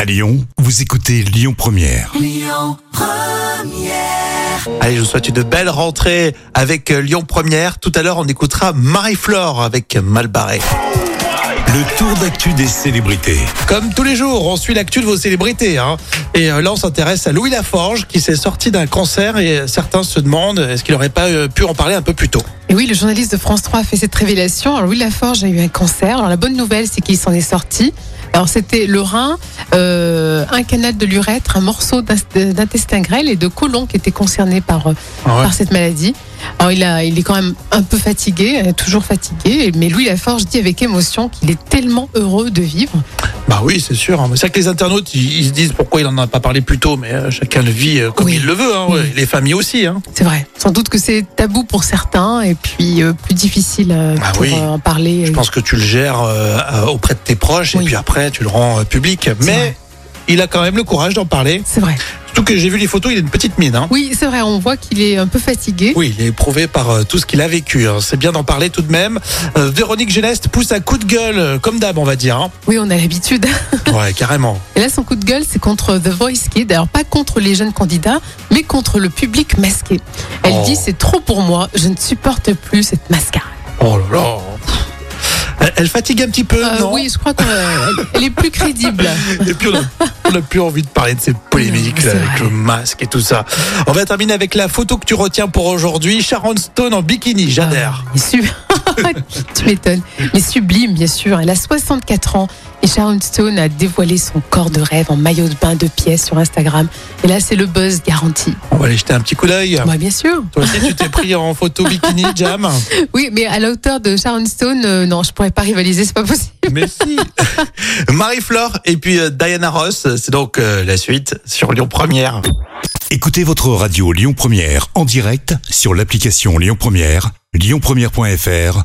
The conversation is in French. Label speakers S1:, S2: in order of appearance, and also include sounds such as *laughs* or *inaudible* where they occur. S1: À Lyon, vous écoutez Lyon Première.
S2: Allez, je vous souhaite une belle rentrée avec euh, Lyon Première. Tout à l'heure, on écoutera Marie-Flore avec Malbarré.
S1: Le tour d'actu des célébrités.
S2: Comme tous les jours, on suit l'actu de vos célébrités. hein. Et euh, là, on s'intéresse à Louis Laforge qui s'est sorti d'un cancer et euh, certains se demandent est-ce qu'il n'aurait pas euh, pu en parler un peu plus tôt.
S3: Et oui, le journaliste de France 3 a fait cette révélation. Alors, Louis Laforge a eu un cancer. Alors, la bonne nouvelle, c'est qu'il s'en est sorti. Alors, c'était le rein, euh, un canal de l'urètre, un morceau d'ins- d'intestin grêle et de côlon qui étaient concernés par, euh,
S2: Ah
S3: par cette maladie. Alors, il, a, il est quand même un peu fatigué, euh, toujours fatigué. Mais Louis Laforge dit avec émotion qu'il est tellement heureux de vivre.
S2: Bah oui, c'est sûr. hein. C'est vrai que les internautes, ils, ils se disent pourquoi il en a pas parlé plus tôt, mais euh, chacun le vit euh, comme
S3: Oui.
S2: il le veut. hein, ouais.
S3: Oui.
S2: Les familles aussi. hein.
S3: C'est vrai. Sans doute que c'est tabou pour certains et puis euh, plus difficile euh,
S2: Ah
S3: pour
S2: oui.
S3: euh, en parler.
S2: Je pense que tu le gères euh, euh, auprès de tes proches et
S3: Oui.
S2: puis après, tu le rends euh, public.
S3: C'est
S2: Mais
S3: vrai.
S2: il a quand même le courage d'en parler.
S3: C'est vrai.
S2: Surtout que j'ai vu les photos, il a une petite mine. hein.
S3: Oui, c'est vrai. On voit qu'il est un peu fatigué.
S2: Oui, il est éprouvé par euh, tout ce qu'il a vécu. hein. C'est bien d'en parler tout de même. Euh, Véronique Geneste pousse un coup de gueule, euh, comme d'hab, on va dire.
S3: *laughs*
S2: hein.
S3: Oui, on a l'habitude.
S2: Ouais, carrément.
S3: Et là, son coup de gueule, c'est contre The Voice Kid. Alors, pas contre les jeunes candidats, mais contre le public masqué. Elle
S2: Oh.
S3: dit C'est trop pour moi, je ne supporte plus cette mascarade.
S2: Oh là là. Elle, elle fatigue un petit peu,
S3: Euh,
S2: non
S3: oui, je crois qu'elle est plus crédible.
S2: Et puis on a- on n'a plus envie de parler de ces polémiques
S3: Non,
S2: là,
S3: c'est
S2: avec
S3: vrai.
S2: le masque et tout ça. On va terminer avec la photo que tu retiens pour aujourd'hui. Sharon Stone en bikini, *laughs* j'adhère.
S3: Et su- Euh, *laughs* tu m'étonnes. Mais sublime, bien sûr. Elle a 64 ans et Sharon Stone a dévoilé son corps de rêve en maillot de bain de pièces sur Instagram. Et là, c'est le buzz garanti.
S2: On va aller jeter un petit coup d'œil.
S3: Moi, bien sûr.
S2: Toi aussi, tu t'es pris en photo bikini, Jam.
S3: *laughs* Oui, mais à la hauteur de Sharon Stone, euh, non, je pourrais pas rivaliser, c'est pas possible.
S2: Mais si. *laughs* Marie-Flore et puis euh, Diana Ross, c'est donc euh, la suite sur Lyon Première.
S1: Écoutez votre radio Lyon Première en direct sur l'application Lyon Première, lyonpremière.fr